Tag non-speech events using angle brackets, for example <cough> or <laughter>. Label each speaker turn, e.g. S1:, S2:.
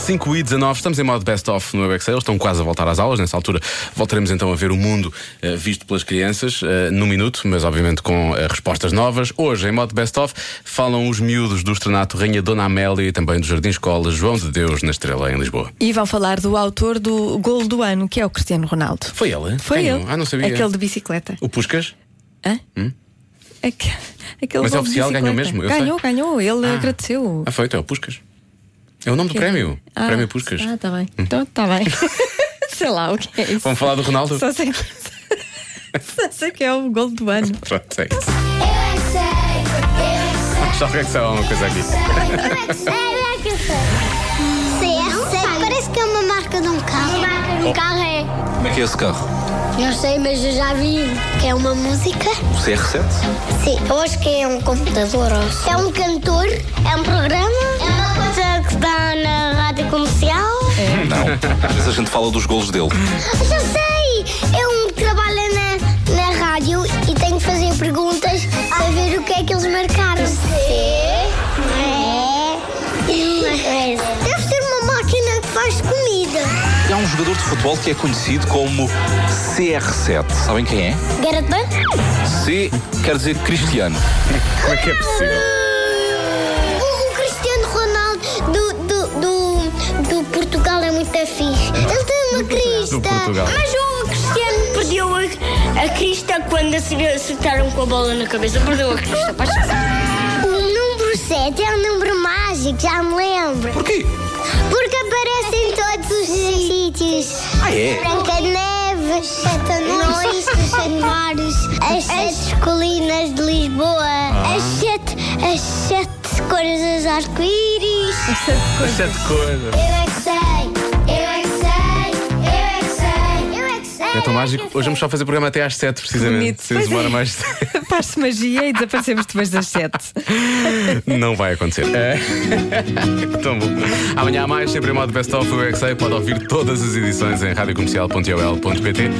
S1: 5 e 19, estamos em modo best-of no UXL, estão quase a voltar às aulas. Nessa altura voltaremos então a ver o mundo eh, visto pelas crianças eh, num minuto, mas obviamente com eh, respostas novas. Hoje, em modo best-of, falam os miúdos do Estrenato Rainha Dona Amélia e também do Jardim Escola João de Deus na Estrela, em Lisboa.
S2: E vão falar do autor do golo do ano, que é o Cristiano Ronaldo.
S1: Foi ele?
S2: Foi
S1: Quem?
S2: ele.
S1: Ah, não sabia.
S2: Aquele de bicicleta.
S1: O Puscas?
S2: Hã? Aque- Aquele
S1: Mas é
S2: golo de
S1: oficial, ganhou
S2: bicicleta.
S1: mesmo, eu
S2: Ganhou, ganhou. Ele agradeceu.
S1: Ah, foi, então é o Puscas. É o nome do prémio.
S2: Ah,
S1: prémio Puscas. Hum.
S2: Ah, tá bem. Então, tá bem. <laughs> sei lá o que é isso.
S1: Vamos falar do Ronaldo?
S2: Só sei que, Só sei que <laughs> é o gol
S1: <laughs>
S2: do ano.
S1: Pronto, é isso.
S3: Eu é que sei, eu é
S1: Só alguém
S3: que sei, eu é que sei, eu é que
S1: que sabe alguma coisa aqui.
S3: sei. CR7 parece que é uma marca de um carro. Uma marca
S1: Oh.
S3: de um carro é.
S4: Como é que é esse carro?
S3: Eu sei, mas eu já vi. Que é uma música?
S4: O CR7?
S3: Sim, eu acho que é um computador. É um cantor? É um programa? É uma coisa que está na rádio comercial?
S4: Não. Às vezes a gente fala dos golos dele.
S3: Já sei! É um que trabalha na, na rádio e tem que fazer perguntas para ver o que é que eles marcaram. É. Deve ser uma máquina que faz comida.
S4: E há um jogador de futebol que é conhecido como CR7. Sabem quem é?
S3: Gareth
S4: C quer dizer Cristiano.
S1: Como é que é possível?
S3: O Cristiano Ronaldo do, do, do, do Portugal é muito fixe. Ele tem uma crista.
S1: Do Portugal.
S5: Mas o Cristiano perdeu a, a crista quando acere- acertaram com a bola na cabeça. Perdeu a crista. Pá,
S1: <laughs>
S3: O número 7 é um número mágico, já me lembro.
S4: Porquê?
S3: Porque aparece em todos os sítios.
S4: Ah, é?
S3: Branca de Neve, Sete Anões, os Januários, as Sete Colinas de Lisboa,
S1: Ah.
S3: as Sete, as Sete Cores dos Arco-Íris.
S1: Sete coisas.
S3: Eu é que sei, eu é que sei, eu é que sei, eu é que sei.
S1: É tão mágico. Hoje vamos só fazer programa até às 7, precisamente.
S2: Bonito.
S1: Se eles
S2: Pois é.
S1: demoram mais. <laughs>
S2: Faz-se magia e desaparecemos depois das sete.
S1: Não vai acontecer. É. <laughs> Tão bom. Amanhã há mais, sempre em modo best-of. O UXA pode ouvir todas as edições em radiocomercial.ol.pt.